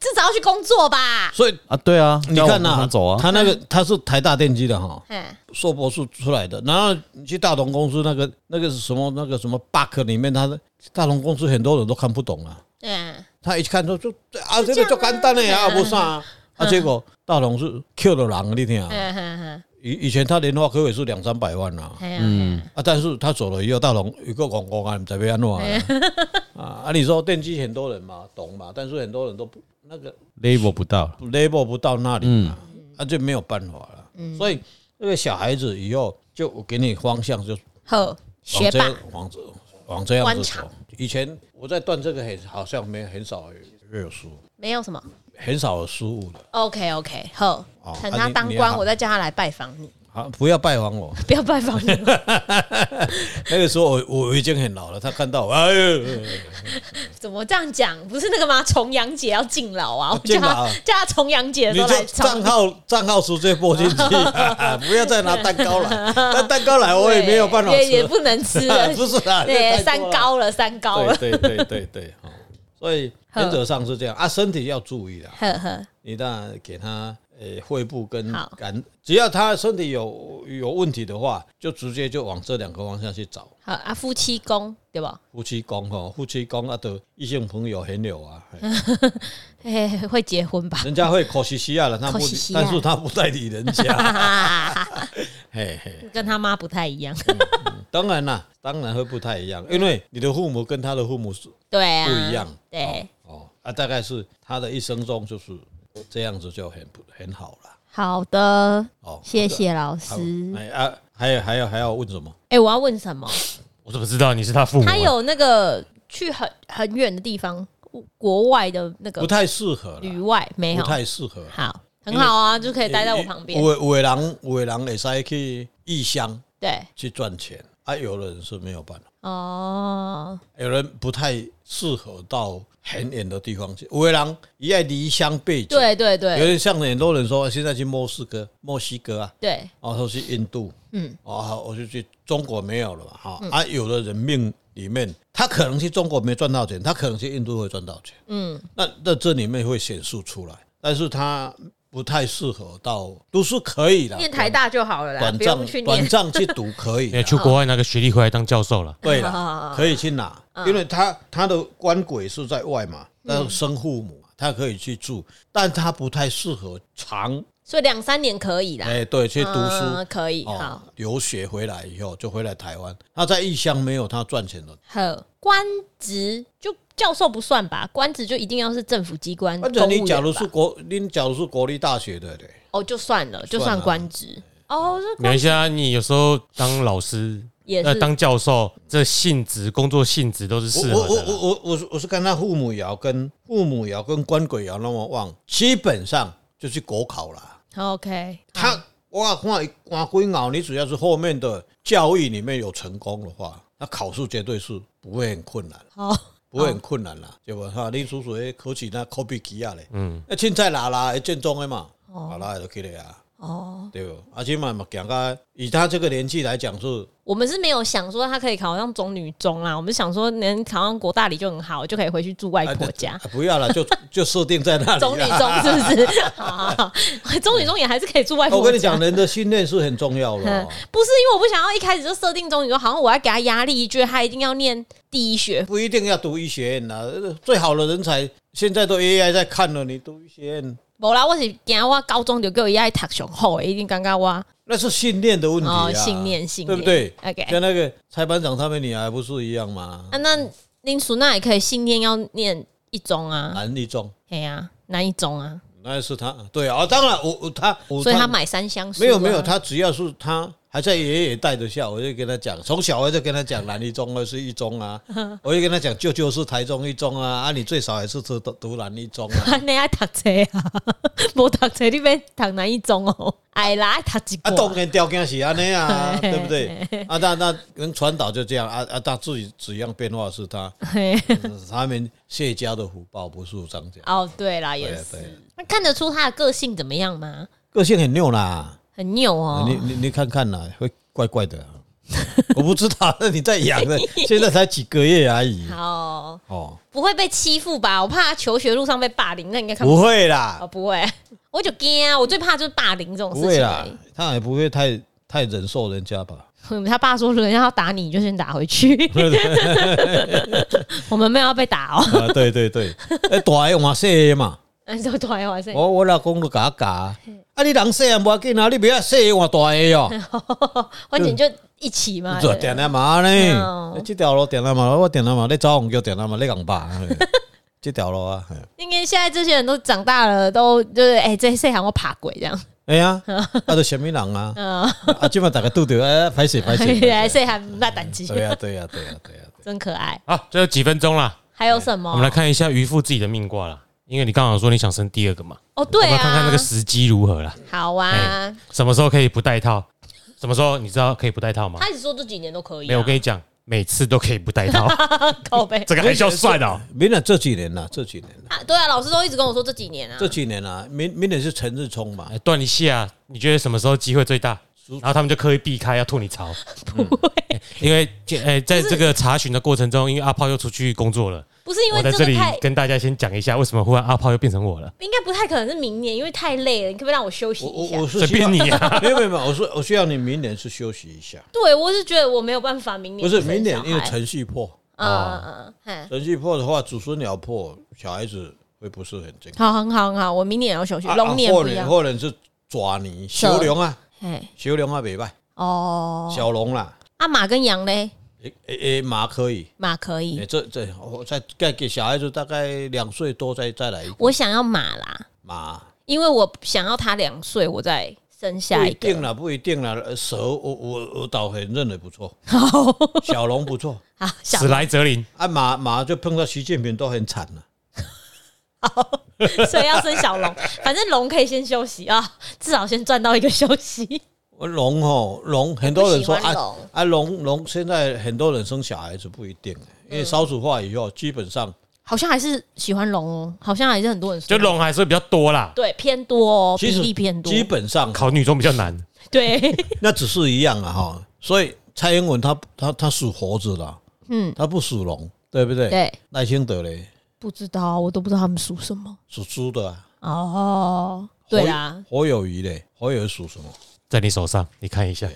Speaker 5: 至少要去工作吧？
Speaker 3: 所以
Speaker 1: 啊对啊，
Speaker 3: 你看
Speaker 1: 那我
Speaker 3: 呐
Speaker 1: 们走啊，
Speaker 3: 他那个 [laughs] 他是台大电机的哈，
Speaker 5: 嗯，
Speaker 3: 硕博士出来的。然后你去大同公司那个那个是什么那个什么 bug 里面，他的大同公司很多人都看不懂啊。
Speaker 5: 嗯，
Speaker 3: 他一看就就啊，这个就简单的呀，啊，无啥啊。啊，结果大同是 Q 了人，你听啊。
Speaker 5: 嗯哼哼，
Speaker 3: 以以前他年化科也是两三百万啊，
Speaker 5: 哎呀，嗯，
Speaker 3: 啊，但是他走了以后，大龙有个广告啊，你知道要安怎啊？啊，啊，你说电机很多人嘛，懂嘛，但是很多人都不那个
Speaker 1: level 不到，
Speaker 3: level 不到那里嘛，啊，就没有办法了。所以那个小孩子以后就我给你方向，就
Speaker 5: 好，
Speaker 3: 往
Speaker 5: 学
Speaker 3: 这
Speaker 5: 霸
Speaker 3: 样，往这往这样
Speaker 2: 官
Speaker 3: 子走
Speaker 2: 场。
Speaker 3: 以前我在断这个很好像没很少有有书，
Speaker 5: 没有什么。
Speaker 3: 很少有失误的
Speaker 5: OK OK，好
Speaker 3: 哦，
Speaker 5: 等
Speaker 3: 啊
Speaker 5: 他
Speaker 3: 你
Speaker 5: 当
Speaker 3: 你
Speaker 5: 官，
Speaker 3: 好
Speaker 5: 我再叫他来拜访你， [laughs]
Speaker 3: 啊！不要拜访我，
Speaker 5: 不要拜
Speaker 3: [laughs]
Speaker 5: 访你，
Speaker 3: 那个时候我我已经很老了，他看到我，哎呦，
Speaker 5: 怎么这样讲？不是那个吗？重阳节要敬老啊，我
Speaker 3: 哦敬
Speaker 5: 叫
Speaker 3: 老
Speaker 5: 他叫他重阳节的
Speaker 3: 你
Speaker 5: 时候
Speaker 3: 就
Speaker 5: 来找
Speaker 3: 账
Speaker 5: 你。
Speaker 3: 号账号直接拨进去，不要再拿蛋糕来。那蛋糕来我也没有办法
Speaker 5: 对也
Speaker 3: 吃
Speaker 5: 也，不能吃了
Speaker 3: [laughs] ，不是啦，
Speaker 5: [laughs] 对，
Speaker 3: 这太
Speaker 5: 三
Speaker 3: 多了。
Speaker 5: 高了，三高了，
Speaker 3: 对对对对对，哦所以原则上是这样啊，身体要注意啦。
Speaker 5: 呵呵，
Speaker 3: 你当然给他呃肺部跟
Speaker 5: 好
Speaker 3: 肝，只要他身体有有问题的话，就直接就往这两个方向去找。
Speaker 5: 好啊，夫妻宫对吧？
Speaker 3: 夫妻宫哈，夫妻宫啊，的异性朋友很有啊，嘿
Speaker 5: 哎， [laughs] 会结婚吧？
Speaker 3: 人家会可惜西亚了，他不
Speaker 5: 可惜，西亚
Speaker 3: 但是啊他不代理人家，
Speaker 5: [laughs]
Speaker 3: 嘿嘿。
Speaker 5: 跟他妈不太一样，
Speaker 3: 当然啦，当然会不太一样，因为你的父母跟他的父母是
Speaker 5: 对啊，
Speaker 3: 不一样
Speaker 5: 对，
Speaker 3: 哦啊，大概是他的一生中就是这样子就很不很好了
Speaker 5: 好的，
Speaker 3: 哦。
Speaker 5: 谢谢老
Speaker 3: 好
Speaker 5: 师。
Speaker 3: 哎啊，还有还有还要问什么？
Speaker 5: 哎，我要问什么？
Speaker 3: [laughs]
Speaker 4: 我怎么知道你是他父母啊？
Speaker 5: 他有那个去很很远的地方，国外的那
Speaker 3: 不
Speaker 5: 个
Speaker 3: 太适合
Speaker 5: 旅
Speaker 3: 了，
Speaker 5: 外没
Speaker 3: 不
Speaker 5: 有？
Speaker 3: 太适合啦。
Speaker 5: 好，很好啊，就可以待在我旁边
Speaker 3: 有。的有的人有的人也使去异乡
Speaker 5: 对，
Speaker 3: 去赚钱啊，有的人是没有办法，
Speaker 5: 哦，
Speaker 3: 有人不太适合到很远的地方去，有的人也爱离乡背井。
Speaker 5: 对对
Speaker 3: 有
Speaker 5: 对
Speaker 3: 点像很多人说，现在去墨西哥，墨西哥啊，
Speaker 5: 对，
Speaker 3: 哦，说去印度，嗯，哦，好我就去中国没有了嘛，哈、
Speaker 5: 嗯
Speaker 3: 啊，有的人命里面，他可能去中国没赚到钱，他可能去印度会赚到钱，嗯，那那这里面会显示出来，但是他不太适合到读书可以的，
Speaker 5: 念台大就好了啦，
Speaker 3: 短
Speaker 5: 不
Speaker 3: 暂
Speaker 5: 用去
Speaker 3: 短
Speaker 5: 念。
Speaker 3: 暂去读可以
Speaker 4: 你 [laughs]
Speaker 3: 啦，
Speaker 4: 去国外拿个学历回来当教授了，
Speaker 3: 对
Speaker 5: [laughs] 啊嗯
Speaker 3: 了，可以去拿，因为他他的官鬼是在外嘛，他生父母，他可以去住，但他不太适合长，
Speaker 5: 所以两三年可以啦，
Speaker 3: 哎，对，去读书哦
Speaker 5: 嗯、可以，好，
Speaker 3: 留学回来以后就回来台湾，他在异乡没有他赚钱的，
Speaker 5: 好，官职就教授不算吧，官职就一定要是政府机关，
Speaker 3: 而
Speaker 5: 公
Speaker 3: 且
Speaker 5: 务员
Speaker 3: 啊你假如
Speaker 5: 吧
Speaker 3: 是国，你假如是国立大学的嘞，
Speaker 5: 哦，就算了，就
Speaker 3: 算
Speaker 5: 算
Speaker 3: 了
Speaker 5: 官职哦，这
Speaker 4: 没关系啊。你有时候当老师，
Speaker 5: 也
Speaker 4: 呃，
Speaker 5: 是
Speaker 4: 当教授，这性质、工作性质都是
Speaker 3: 我
Speaker 4: 适
Speaker 3: 我
Speaker 4: 合
Speaker 3: 我
Speaker 4: 的啦。
Speaker 3: 我我我是我是看他父母也要跟父母也要跟官鬼也要那么旺，基本上就去国考啦。
Speaker 5: OK，
Speaker 3: 他、我看官鬼熬，你只要是后面的教育里面有成功的话，那考试绝对是不会很困难。
Speaker 5: 好，
Speaker 3: 不会很困难啦，对吧？哈，你叔叔诶，考起那科比基亚嘞，嗯，那凊彩拿拿诶，建中诶嘛，拿拿就去了啊，
Speaker 5: 哦，
Speaker 3: 对不？而且嘛嘛，讲个以他这个年纪来讲是，
Speaker 5: 我们是没有想说他可以考上中女中啊啦，我们想说能考上国大理就很好，就可以回去住外
Speaker 3: 哎
Speaker 5: 婆家。
Speaker 3: 啊不要了，就就设定在那
Speaker 5: 中
Speaker 3: 里啊
Speaker 5: 女
Speaker 3: 啦。
Speaker 5: 中 [laughs] 是不是？好好好，中女中也还是可以住外婆
Speaker 3: 哦我
Speaker 5: 家。
Speaker 3: 跟你讲，人的训练是很重要的
Speaker 5: 嗯 [laughs]
Speaker 3: 哦。，
Speaker 5: 不是因为我不想要一开始就设定中女中，好像我要给他压力，觉得他一定要念第一学。
Speaker 3: 不一定要读医学院啦，最好的人才现在都 AI 在看了，你读医学院
Speaker 5: 无啦，我是惊我高中就给我爱读上好的，一定感觉我
Speaker 3: 那是信念的问题啊，
Speaker 5: 哦信念信
Speaker 3: 对
Speaker 5: 念
Speaker 3: 不对？
Speaker 5: ？OK，
Speaker 3: 跟那个裁判长他们女儿不是一样吗
Speaker 5: 啊，？那林叔那也可以信念要念一中啊， [laughs]
Speaker 3: 男一中。
Speaker 5: 哎呀、南一中啊，
Speaker 3: 那是他，对啊，当然我我他，我
Speaker 5: 所以他买三箱书啊、
Speaker 3: 没有没有，他只要是他还在爷爷带着下，我就跟他讲，从小我就跟他讲，南一中二是一中
Speaker 5: [laughs]
Speaker 3: 啊，我就跟他讲，舅舅是台中一中啊，啊，你最少也是读读南一中
Speaker 5: [laughs]
Speaker 3: 啊，
Speaker 5: 你爱读册啊？ [laughs] 无读册你免读哪一种哦？哎啦，爱读一
Speaker 3: 啊，
Speaker 5: 寡
Speaker 3: 当然条件是安尼
Speaker 5: [laughs]
Speaker 3: 啊，对不对？啊，那那跟传导就这样啊啊，他自己怎样变化是他，
Speaker 5: [laughs] 嘿
Speaker 3: 嗯他们谢家的福报不是长这样，
Speaker 5: 哦，对啦，也
Speaker 3: 对啊对啊
Speaker 5: 是。那看得出他的个性怎么样吗？
Speaker 3: 个性很拗啦，
Speaker 5: 很拗哦
Speaker 3: 你，你你看看啦，会怪怪
Speaker 5: [laughs]
Speaker 3: 的啊、我不知道，那你在养的，现在才几个月而已
Speaker 5: 好，
Speaker 3: 哦，
Speaker 5: 不会被欺负吧？我怕他求学路上被霸凌，那应该看
Speaker 3: 不会
Speaker 5: 哦，
Speaker 3: 啦，
Speaker 5: 不会， [laughs] 我就惊啊！我最怕就是霸凌这种
Speaker 3: 不
Speaker 5: 事
Speaker 3: 会
Speaker 5: 情
Speaker 3: 啦
Speaker 5: 而已。，
Speaker 3: 他也不会太太忍受人家吧？
Speaker 5: [laughs] 他爸说，人家要打你，你就先打回去。我们没有要被打哦。
Speaker 3: 啊，对对对， [laughs] 哎，大的换小的嘛，
Speaker 5: 你都突然发现，
Speaker 3: 我我老公都甲我教，啊，你人小的无要紧啊，你不要小的换大的
Speaker 5: [laughs] 哎
Speaker 3: 哦。
Speaker 5: 关键就一起嘛。
Speaker 3: 做
Speaker 5: 对
Speaker 3: 电了嘛呢
Speaker 5: 哦？
Speaker 3: 这条路电了嘛？我电了嘛？你走红叫电了嘛？你讲吧，嘿这条路啊，嘿
Speaker 5: 应该现在这些人都长大了，都就是哎、这这行我爬鬼这样。
Speaker 3: 哎
Speaker 5: [laughs]
Speaker 3: 呀，啊，就什么人啊？
Speaker 5: 嗯，
Speaker 3: 啊，今晚大家都得
Speaker 5: [laughs]
Speaker 3: 哎，拍死拍死。
Speaker 5: 原来这行那胆机，
Speaker 3: 对呀，对呀，对呀，对呀。
Speaker 5: 真可爱。
Speaker 4: 好，最后几分钟啦，
Speaker 5: 还有什
Speaker 4: 我们来
Speaker 5: 么？
Speaker 4: 看一下渔夫自己的命卦啦，因为你刚好说你想生第二个嘛，
Speaker 5: 哦，对
Speaker 4: 我们
Speaker 5: 啊，
Speaker 4: 要看看那个时机如何啦，
Speaker 5: 好啊
Speaker 4: 哎。什么时候可以不戴套？什么时候你知道可以不戴套吗？
Speaker 5: 他一直说这几年都可以、啊，
Speaker 4: 没有，我跟你讲，每次都可以不戴
Speaker 5: [laughs]
Speaker 4: 套，
Speaker 5: 靠背。
Speaker 4: 这个还叫算哦。
Speaker 3: 明年这几年啦，这几年啦，
Speaker 5: 啊，对啊，老师都一直跟我说这几年啊
Speaker 3: 这，几年啦，明明年是陈日冲嘛
Speaker 4: 哎，断一下，你觉得什么时候机会最大？ [laughs] 然后他们就刻意避开，要吐你槽，不会，因为哎，在这个查询的过程中，因为阿炮又出去工作了，
Speaker 5: 不是因
Speaker 4: 我
Speaker 5: 为
Speaker 4: 在
Speaker 5: 这
Speaker 4: 这
Speaker 5: 个
Speaker 4: 里
Speaker 5: 太，
Speaker 4: 跟大家先讲一下，为什么忽然阿炮又变成我了，
Speaker 5: 应该不太可能是明年，因为太累了，你可不可以让我休息
Speaker 3: 我
Speaker 5: 一
Speaker 3: 我
Speaker 5: 下
Speaker 3: 我？是
Speaker 4: 随便你
Speaker 3: [laughs]
Speaker 4: 啊，
Speaker 3: 没有没有没有，我说我需要你明年是休息一下，
Speaker 5: 对，我是觉得我没有办法明年
Speaker 3: 不是
Speaker 5: 生
Speaker 3: 明年
Speaker 5: 小
Speaker 3: 因为
Speaker 5: 孩
Speaker 3: 程序破，
Speaker 5: 嗯嗯嗯，嗯
Speaker 3: 程序破的话，祖孙鸟破，小孩子会不是很健康。
Speaker 5: 好，很好，很好，我明年也要休息，
Speaker 3: 啊
Speaker 5: 嗯龙年
Speaker 3: 啊或
Speaker 5: 不
Speaker 3: 者
Speaker 5: 要。
Speaker 3: 或者是抓你小龙啊，
Speaker 5: 嘿，
Speaker 3: 小龙啊，袂歹，
Speaker 5: 哦，
Speaker 3: 小龙啦，
Speaker 5: 啊，马跟羊嘞，
Speaker 3: 诶诶诶，马可以。
Speaker 5: 马可
Speaker 3: 诶，
Speaker 5: 以，
Speaker 3: 这这，我再再给小孩子大概两岁多再再来一个
Speaker 5: 我想要马啦，
Speaker 3: 马，
Speaker 5: 因为我想要他两岁，我再生
Speaker 3: 不
Speaker 5: 下
Speaker 3: 一
Speaker 5: 一
Speaker 3: 定
Speaker 5: 个。
Speaker 3: 了，不一定了。蛇，我我我倒很认为不错，
Speaker 5: [laughs] 好，
Speaker 3: 小龙不错。
Speaker 5: 啊，小
Speaker 4: 史莱哲林，
Speaker 3: 啊，马马就碰到习近平都很惨了。
Speaker 5: [laughs] 所以要生小龙，反正龙可以先休息啊，至少先赚到一个休息。
Speaker 3: 我龙吼龙，很多人说
Speaker 2: 我不喜欢
Speaker 3: 啊
Speaker 2: 龙
Speaker 3: 啊龙龙，现在很多人生小孩子不一定，因
Speaker 5: 嗯
Speaker 3: 为少子化以后，基本上
Speaker 5: 好像还是喜欢龙哦，好像还是很多人说
Speaker 4: 就龙还是会比较多啦，
Speaker 5: 对偏多哦，
Speaker 3: 其
Speaker 5: 比
Speaker 3: 实
Speaker 5: 例偏多，
Speaker 3: 基本上
Speaker 4: 考女中比较难，
Speaker 5: 对，
Speaker 3: 那只是一样啊哈。所以蔡英文他他他属猴子的，
Speaker 5: 嗯，
Speaker 3: 他不属龙，对不对？
Speaker 5: [laughs] 对，
Speaker 3: 赖清德嘞
Speaker 5: 不知道，我都不知道他们属什么
Speaker 3: 属猪的啊，
Speaker 5: 哦。对啦，
Speaker 3: 侯友谊嘞，侯友谊属什么？
Speaker 4: 在你手上，你看一下，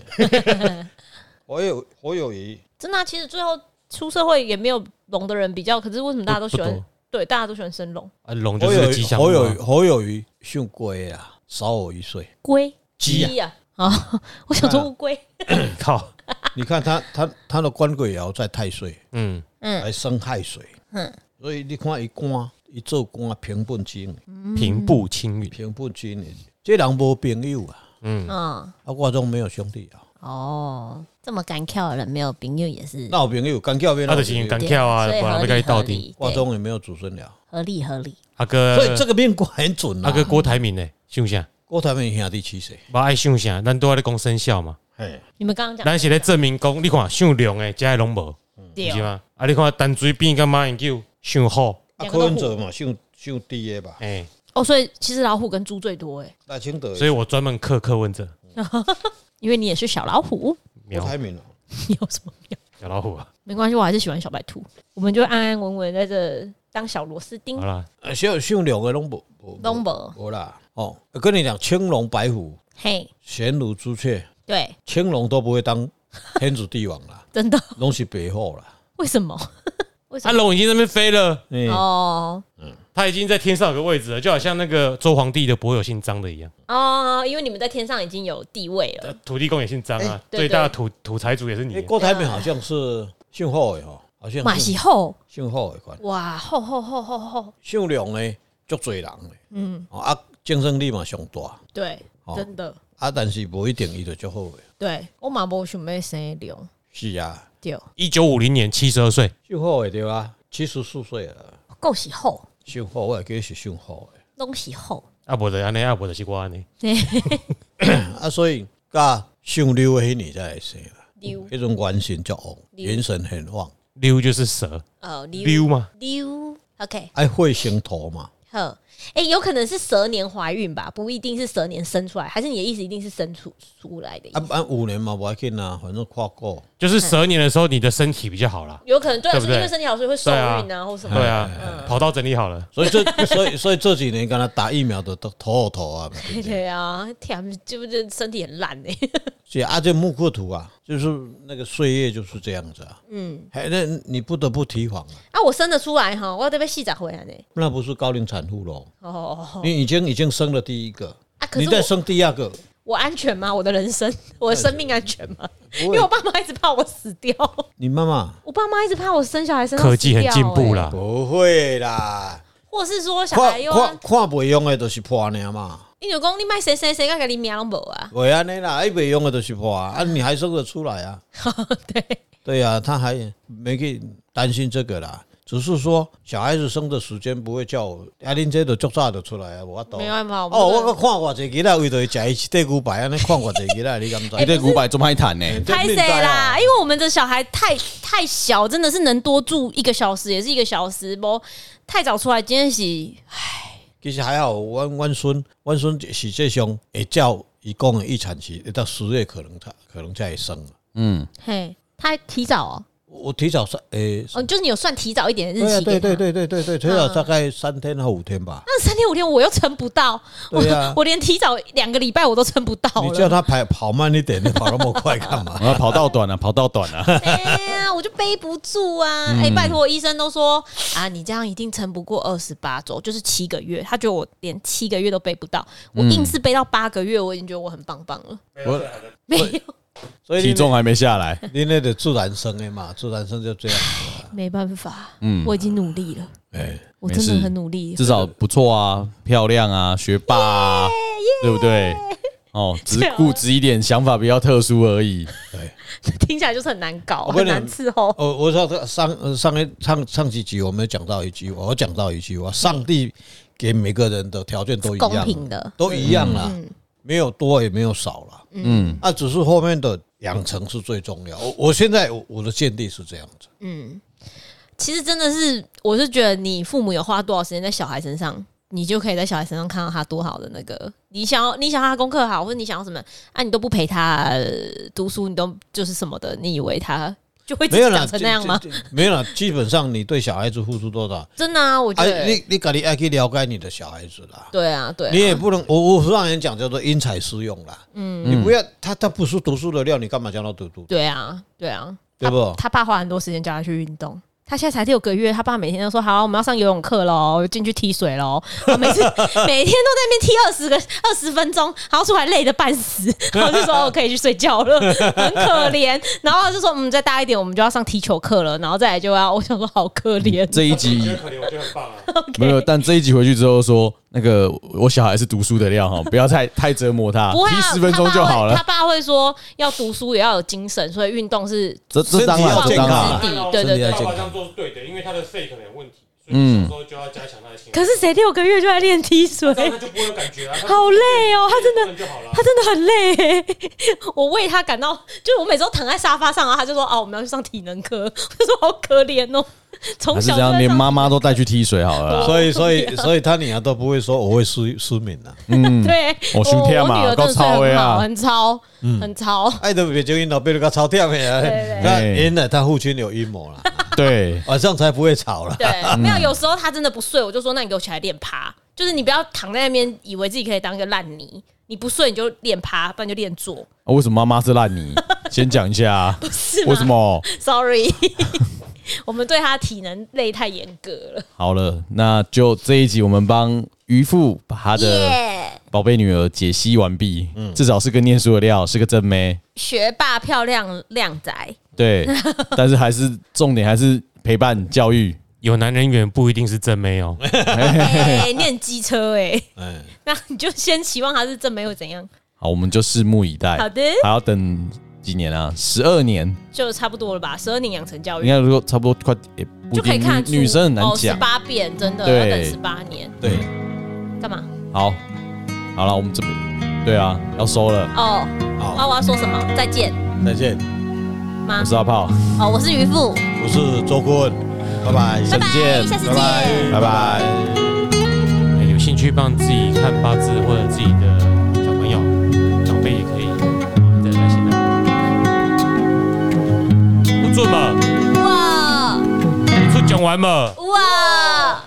Speaker 3: 侯友侯友谊
Speaker 5: 真的啊、其实最后出社会也没有龙的人比较，可是为什么大家都喜
Speaker 4: 不
Speaker 5: 欢
Speaker 4: 多？
Speaker 5: 对，大家都喜欢生龙
Speaker 4: 啊，龙就
Speaker 3: 侯
Speaker 4: 是
Speaker 3: 友
Speaker 4: 个
Speaker 3: 谊
Speaker 4: 吉祥
Speaker 3: 侯
Speaker 4: 物
Speaker 3: 友
Speaker 4: 啊
Speaker 3: 谊，侯友谊姓龟啊，少我一岁。
Speaker 5: 龟
Speaker 3: 鸡呀
Speaker 5: 呀啊！我想说乌龟，
Speaker 4: 靠，
Speaker 3: [laughs] 你看他他他的官鬼爻在太岁，
Speaker 4: 嗯，
Speaker 3: 来生亥水，
Speaker 2: 嗯
Speaker 3: 所以你看一官一做官啊平步青，
Speaker 4: 嗯平步青云，
Speaker 3: 平步青的，这人无朋友啊，
Speaker 4: 嗯，
Speaker 2: 嗯，
Speaker 3: 啊我中没有兄弟啊，
Speaker 2: 哦，这么敢跳的人没有朋友也是
Speaker 3: 那有朋友干跳边，
Speaker 4: 他的情敢
Speaker 2: 对
Speaker 4: 跳啊，
Speaker 2: 所以
Speaker 4: 不然
Speaker 2: 合
Speaker 4: 被他
Speaker 2: 理
Speaker 4: 到
Speaker 2: 合
Speaker 4: 底。
Speaker 2: 理，
Speaker 3: 卦
Speaker 2: 对
Speaker 3: 中也没有祖孙了，
Speaker 2: 合理合理，
Speaker 4: 阿哥，
Speaker 3: 所以这个命卦很准
Speaker 4: 阿
Speaker 3: 啊。
Speaker 4: 哥郭台铭呢，想啥？
Speaker 3: 郭台铭兄弟七岁，
Speaker 4: 无爱想啥，咱都在讲生肖嘛，
Speaker 3: 哎，
Speaker 5: 你们刚刚讲
Speaker 4: 咱是咧证明讲，你看想龙诶，遮拢无，
Speaker 5: 对
Speaker 3: 嗯
Speaker 4: 不是吗？啊，你看淡水变甲马英九想好，
Speaker 3: 啊
Speaker 5: 两
Speaker 3: 柯
Speaker 5: 个都
Speaker 3: 文哲嘛，姓姓第一吧，
Speaker 4: 诶，
Speaker 5: 哦，所以其实老虎跟猪最多哎，
Speaker 3: 赖清德也是，
Speaker 4: 所以我专门克克问者
Speaker 5: 因为你也是小老虎， [laughs]
Speaker 4: 苗
Speaker 3: 郭台铭啊，
Speaker 5: 你有什么用？
Speaker 4: 小老虎啊，
Speaker 5: 没关系，我还是喜欢小白兔，我们就安安稳稳在这当小螺丝钉，
Speaker 4: 好。啦，
Speaker 3: 啊姓姓两个拢无无
Speaker 2: 东博，
Speaker 3: 无啦，哦，我跟你讲，青龙白虎、
Speaker 2: 嘿，
Speaker 3: 玄武朱雀，
Speaker 2: 对，
Speaker 3: 青龙都不会当天子帝王啦
Speaker 5: [laughs] 真的？
Speaker 3: 拢是白虎啦。
Speaker 5: 为什么？为什
Speaker 4: 啊，
Speaker 5: 么？
Speaker 4: 龙已经在那边飞了，
Speaker 3: 嗯，
Speaker 5: 哦
Speaker 4: 他已经在天上有个位置了，就好像那个周皇帝的伯有姓张的一样，
Speaker 5: 哦，因为你们在天上已经有地位了，
Speaker 4: 土地公也姓张啊，
Speaker 5: 哎对
Speaker 4: 最大的土土财主也是
Speaker 3: 诶，
Speaker 4: 你，啊
Speaker 3: 哎郭台铭好像是姓霍的吼，好像
Speaker 5: 马戏后
Speaker 3: 姓霍的款，
Speaker 5: 哇，后后后后后，
Speaker 3: 哦姓梁的足侪人的，嗯，啊，竞争力嘛上大，
Speaker 5: 对，
Speaker 3: 哦
Speaker 5: 真的
Speaker 3: 啊，但是无一定伊就足好诶。
Speaker 5: 对我嘛无想要生瘤，
Speaker 3: 是啊，
Speaker 5: 对，
Speaker 4: 一九五零年七十二岁，
Speaker 3: 上好诶对啊，七十四岁了，
Speaker 2: 够是厚，
Speaker 3: 上好我会记得是上好诶。
Speaker 2: 拢是厚，
Speaker 4: 啊，无的安尼，啊，无的是我安尼，
Speaker 3: 啊，所以甲上溜诶迄年才会生啦，
Speaker 5: 瘤
Speaker 3: 迄种元神足旺，
Speaker 5: 溜
Speaker 3: 元神很旺，
Speaker 4: 溜就是蛇，
Speaker 2: 呃，
Speaker 4: 溜嘛，
Speaker 2: 溜，OK，
Speaker 3: 爱会生土嘛。
Speaker 2: 好，
Speaker 5: 哎、有可能是蛇年怀孕吧，不一定是蛇年生出来，还是你的意思一定是生出出来的意思？
Speaker 3: 啊啊，五年嘛无要紧啊，反正跨过。
Speaker 4: 就是蛇年的时候，你的身体比较好
Speaker 5: [laughs]
Speaker 4: 啦。
Speaker 5: 有可能对啊，
Speaker 4: 对不对
Speaker 5: 因为身体好，所以会受
Speaker 4: 对啊
Speaker 5: 孕啊，或什么。
Speaker 4: 对啊，跑道整理好了，
Speaker 3: 所以这 [laughs] 所以所以这几年跟他打疫苗都都头头啊，
Speaker 5: [laughs]
Speaker 3: 对不对
Speaker 5: 对啊，天，这不这身体很烂哎、
Speaker 3: 是啊，这木刻图啊，就是那个岁月就是这样子啊。嗯，还那你不得不提防啊，
Speaker 5: [laughs] 啊，我生得出来哈，我得被细长回来呢。
Speaker 3: 那不是高龄产妇喽？
Speaker 5: 啊哦，
Speaker 3: 你已经已经生了第一个，
Speaker 5: 啊，可
Speaker 3: 你
Speaker 5: 是
Speaker 3: 再
Speaker 5: 我
Speaker 3: 生第二个，
Speaker 5: 我安全吗？我的人生， [laughs] 我的生命安全吗？因为我爸妈一直怕我死掉， [laughs]
Speaker 3: 你妈妈
Speaker 5: 我爸妈一直怕我生小孩生到
Speaker 4: 科技
Speaker 5: 死
Speaker 4: 很
Speaker 5: 掉
Speaker 4: 进步
Speaker 5: 欸，
Speaker 4: 啦。
Speaker 3: 不会啦，
Speaker 5: 或是说小孩
Speaker 3: 看
Speaker 5: 又
Speaker 3: 看看不用的都是破年嘛，
Speaker 5: 你就讲你卖谁谁谁，我给你命拢无啊？
Speaker 3: 不安尼啦，爱不用的都是
Speaker 5: [laughs]
Speaker 3: 破啊，啊你还生得出来啊？
Speaker 5: 哦对，
Speaker 3: 对呀、啊，他还没去担心这个啦。只是说小孩子生的时间不会叫我，啊，恁这都足早就出来啊，我懂。
Speaker 5: 没办法，
Speaker 3: 哦，
Speaker 5: 我
Speaker 3: 我
Speaker 5: 们
Speaker 3: 搁看偌济囡仔为着食伊一块牛排，安尼看偌济囡仔，你敢知？
Speaker 1: 一对五百做歹谈呢，
Speaker 3: 哎
Speaker 5: 拍谁哎
Speaker 4: 啊
Speaker 3: 哦
Speaker 5: 啦？因为我们的小孩太太小，真的是能多住一个小时也是一个小时，不太早出来，今天是
Speaker 3: 其实还好，阮阮孙，阮孙实际上会照伊讲的预产期，会到十月可能才可能才会生。
Speaker 1: 嗯，
Speaker 5: 嘿，他提早哦，
Speaker 3: 我提早三诶，
Speaker 5: 哦，就是你有算提早一点的日
Speaker 3: 对啊，
Speaker 5: 期
Speaker 3: 对
Speaker 5: 给他
Speaker 3: 对。对对对
Speaker 5: 嗯
Speaker 3: 对，提早大概三天到五天吧。
Speaker 5: 那三天五天我又撑不到，我
Speaker 3: 对啊
Speaker 5: 我连提早两个礼拜我都撑不到
Speaker 3: 你叫
Speaker 5: 了。
Speaker 3: 他跑跑慢一点，你跑那么快干嘛？
Speaker 1: 我要啊跑道短了，跑道短啊了，
Speaker 5: 哎呀，我就背不住啊！哎，拜托，医生都说啊，你这样一定撑不过二十八周，就是七个月。他觉得我连七个月都背不到，我硬是背到八个月，我已经觉得我很棒棒了。
Speaker 3: [laughs] 我
Speaker 5: 没有，
Speaker 3: 所以
Speaker 1: 体重还啊没下来，
Speaker 3: 你那得自然生的嘛，自然生就这样子啊。
Speaker 5: [laughs] 没办法，我已经努力了，
Speaker 3: 哎，
Speaker 5: 我
Speaker 1: 没
Speaker 5: 真的
Speaker 1: 事
Speaker 5: 很努力。
Speaker 1: [laughs] 至少不错啊，漂亮
Speaker 5: [laughs]
Speaker 1: 啊，学霸啊，对不对？哦，只
Speaker 5: 啊
Speaker 1: 是固执一点，想法比较特殊而
Speaker 5: [laughs]
Speaker 1: 已。
Speaker 3: 对。
Speaker 5: 听起来就是很难搞，
Speaker 3: 我跟
Speaker 5: 很
Speaker 3: 你
Speaker 5: 难伺候。
Speaker 3: 哎哦我我说这上呃上一上上几集我们有讲到一句，我讲到一句话，上帝给每个人的条件都一样，啊
Speaker 5: 公平的嗯
Speaker 3: 都一样啦，没有多也没有少啦，嗯，啊，只是后面的养成是最重要。我我现在我我的见地是这样子，
Speaker 5: 嗯其实真的是，我是觉得你父母有花多少时间在小孩身上，你就可以在小孩身上看到他多好的那个。你想要，你想要他功课好，或者你想要什么啊，你都不陪他、呃读书，你都就是什么的，你以为他就会自
Speaker 3: 没
Speaker 5: 己
Speaker 3: 有啦，
Speaker 5: 长成那样吗？
Speaker 3: 这？这这没有啦，基本上你对小孩子付出多少，
Speaker 5: 真的啊，我觉
Speaker 3: 哎、
Speaker 5: 得，
Speaker 3: 你你赶紧爱去了解你的小孩子啦。
Speaker 5: 对啊，对啊
Speaker 3: 你也不能，我我让人讲叫做因材施用啦。嗯，你不要他他不是读书的料，你干嘛叫他读读？
Speaker 5: 对啊，对啊，
Speaker 3: 对不
Speaker 5: 他？他爸花很多时间叫他去运动。他现在才六个月，他爸每天都说好，我们要上游泳课喽，进去踢水喽。他每次
Speaker 1: [laughs]
Speaker 5: 每天都在那边踢二十个二十分钟，然后出来累得半死，
Speaker 1: [laughs]
Speaker 5: 然后就说我哦可以去睡觉了， [laughs] 很可怜。然后就说嗯，再大一点我们就要上踢球课了，然后再来就要，我想说好可怜。
Speaker 1: 嗯这一集
Speaker 4: 可怜，我觉得很棒啊。
Speaker 1: 没有，但这一集回去之后说，那个我小孩是读书的料
Speaker 5: [laughs]
Speaker 1: 哈，不要太太折磨他，
Speaker 5: 不会
Speaker 1: 提
Speaker 5: 啊，
Speaker 1: 十分钟就好
Speaker 5: 他
Speaker 1: 了。
Speaker 5: 爸会他爸会说要读书也要有精神，所以运动是
Speaker 1: 这这当
Speaker 3: 身
Speaker 1: 然，
Speaker 3: 体
Speaker 1: 这
Speaker 3: 要健
Speaker 1: 当
Speaker 3: 康
Speaker 1: 然
Speaker 3: 啊。
Speaker 5: 底 [laughs] 对对对
Speaker 3: 身体要健康
Speaker 4: 做是对的，因为他的肺可能有问题，所以小时候就要加强他的心
Speaker 5: 可是谁六个月就在练踢水？
Speaker 4: 就不会有感觉啊。
Speaker 5: 好累哦，他真的
Speaker 4: 就好了
Speaker 5: 他真的很累欸，我为他感到，就是我每周躺在沙发上啊，他就说哦，我们要去上体能课，我就说好可怜哦， [laughs] 从
Speaker 1: 还是
Speaker 5: 小
Speaker 1: 这
Speaker 5: 就
Speaker 1: 样，
Speaker 5: 在
Speaker 1: 连
Speaker 5: 上
Speaker 1: 妈妈都带去踢水好了啦。
Speaker 5: [laughs]
Speaker 3: 所以，所以， [laughs] 所以他女儿都不会说我会失失眠啊。
Speaker 5: 对，
Speaker 1: 我嗯
Speaker 5: 我
Speaker 1: 哦胸贴
Speaker 5: 我
Speaker 1: 嘛
Speaker 5: 女儿真
Speaker 1: 够
Speaker 5: 的
Speaker 1: 操
Speaker 5: 睡
Speaker 1: 的
Speaker 5: 很好，
Speaker 1: 啊
Speaker 5: 很超，很超，
Speaker 3: 爱德比就因老被人家吵掉没啊？
Speaker 5: 对
Speaker 3: 那
Speaker 1: 对
Speaker 3: 原来他父亲有阴谋啦，
Speaker 1: 对，
Speaker 3: 晚上才不会
Speaker 1: [laughs]
Speaker 3: 吵啦。
Speaker 1: 嗯
Speaker 5: 对，没有，有时候他真的不睡，我就说那你给我起来练趴，就是你不要躺在那边以为自己可以当一个烂泥，你不睡你就练趴，不然就练坐，
Speaker 1: 啊为什么妈妈是烂泥？先讲一下
Speaker 5: [laughs]
Speaker 1: 啊，
Speaker 5: 是吗？
Speaker 1: 为什么？
Speaker 5: ？Sorry，我们对他体能类太严格了。
Speaker 1: 好了，那就这一集我们帮渔父把他的
Speaker 2: 耶，
Speaker 1: 宝贝女儿解析完毕，至少是个念书的料，是个正妹，
Speaker 5: 学霸、漂亮、靓仔， [laughs]
Speaker 1: 对，但是还是重点还是陪伴教育，
Speaker 4: 有男人缘不一定是真妹哦，
Speaker 5: 哎、念机车哎、
Speaker 3: 嗯，
Speaker 5: [laughs] 那你就先期望他是正妹会怎样？
Speaker 1: 好，我们就拭目以待。
Speaker 5: 好的
Speaker 1: 还要等几年啊？十二年，
Speaker 5: 就差不多了吧？十二年养成教
Speaker 1: 应
Speaker 5: 育
Speaker 1: 该说差不多快，也不
Speaker 5: 就可以
Speaker 1: 一定
Speaker 5: 看
Speaker 1: 哎
Speaker 5: 哦
Speaker 1: 女女生很难讲
Speaker 5: 十。八变真的
Speaker 1: 对
Speaker 5: 要等十八年，
Speaker 1: 对，
Speaker 5: 干嘛？
Speaker 1: 好，好了，我们这边，对啊，要收了。
Speaker 2: 哦，
Speaker 3: 好，
Speaker 2: 啊，我要说什么？再见
Speaker 3: 再见，
Speaker 2: 吗
Speaker 1: 我？是阿炮，
Speaker 2: 哦，我是渔夫，
Speaker 3: 我是周顾问，拜拜，
Speaker 1: 再
Speaker 2: 拜拜
Speaker 1: 见，
Speaker 2: 下次
Speaker 3: 嗯拜
Speaker 2: 见。
Speaker 1: 拜
Speaker 3: 拜，
Speaker 1: 拜。
Speaker 4: 哎有兴趣帮自己看八字或者自己的小朋友、长辈也可以，啊再来现在。不准嘛，
Speaker 2: 哇
Speaker 4: 你说讲完嘛。
Speaker 2: 哇！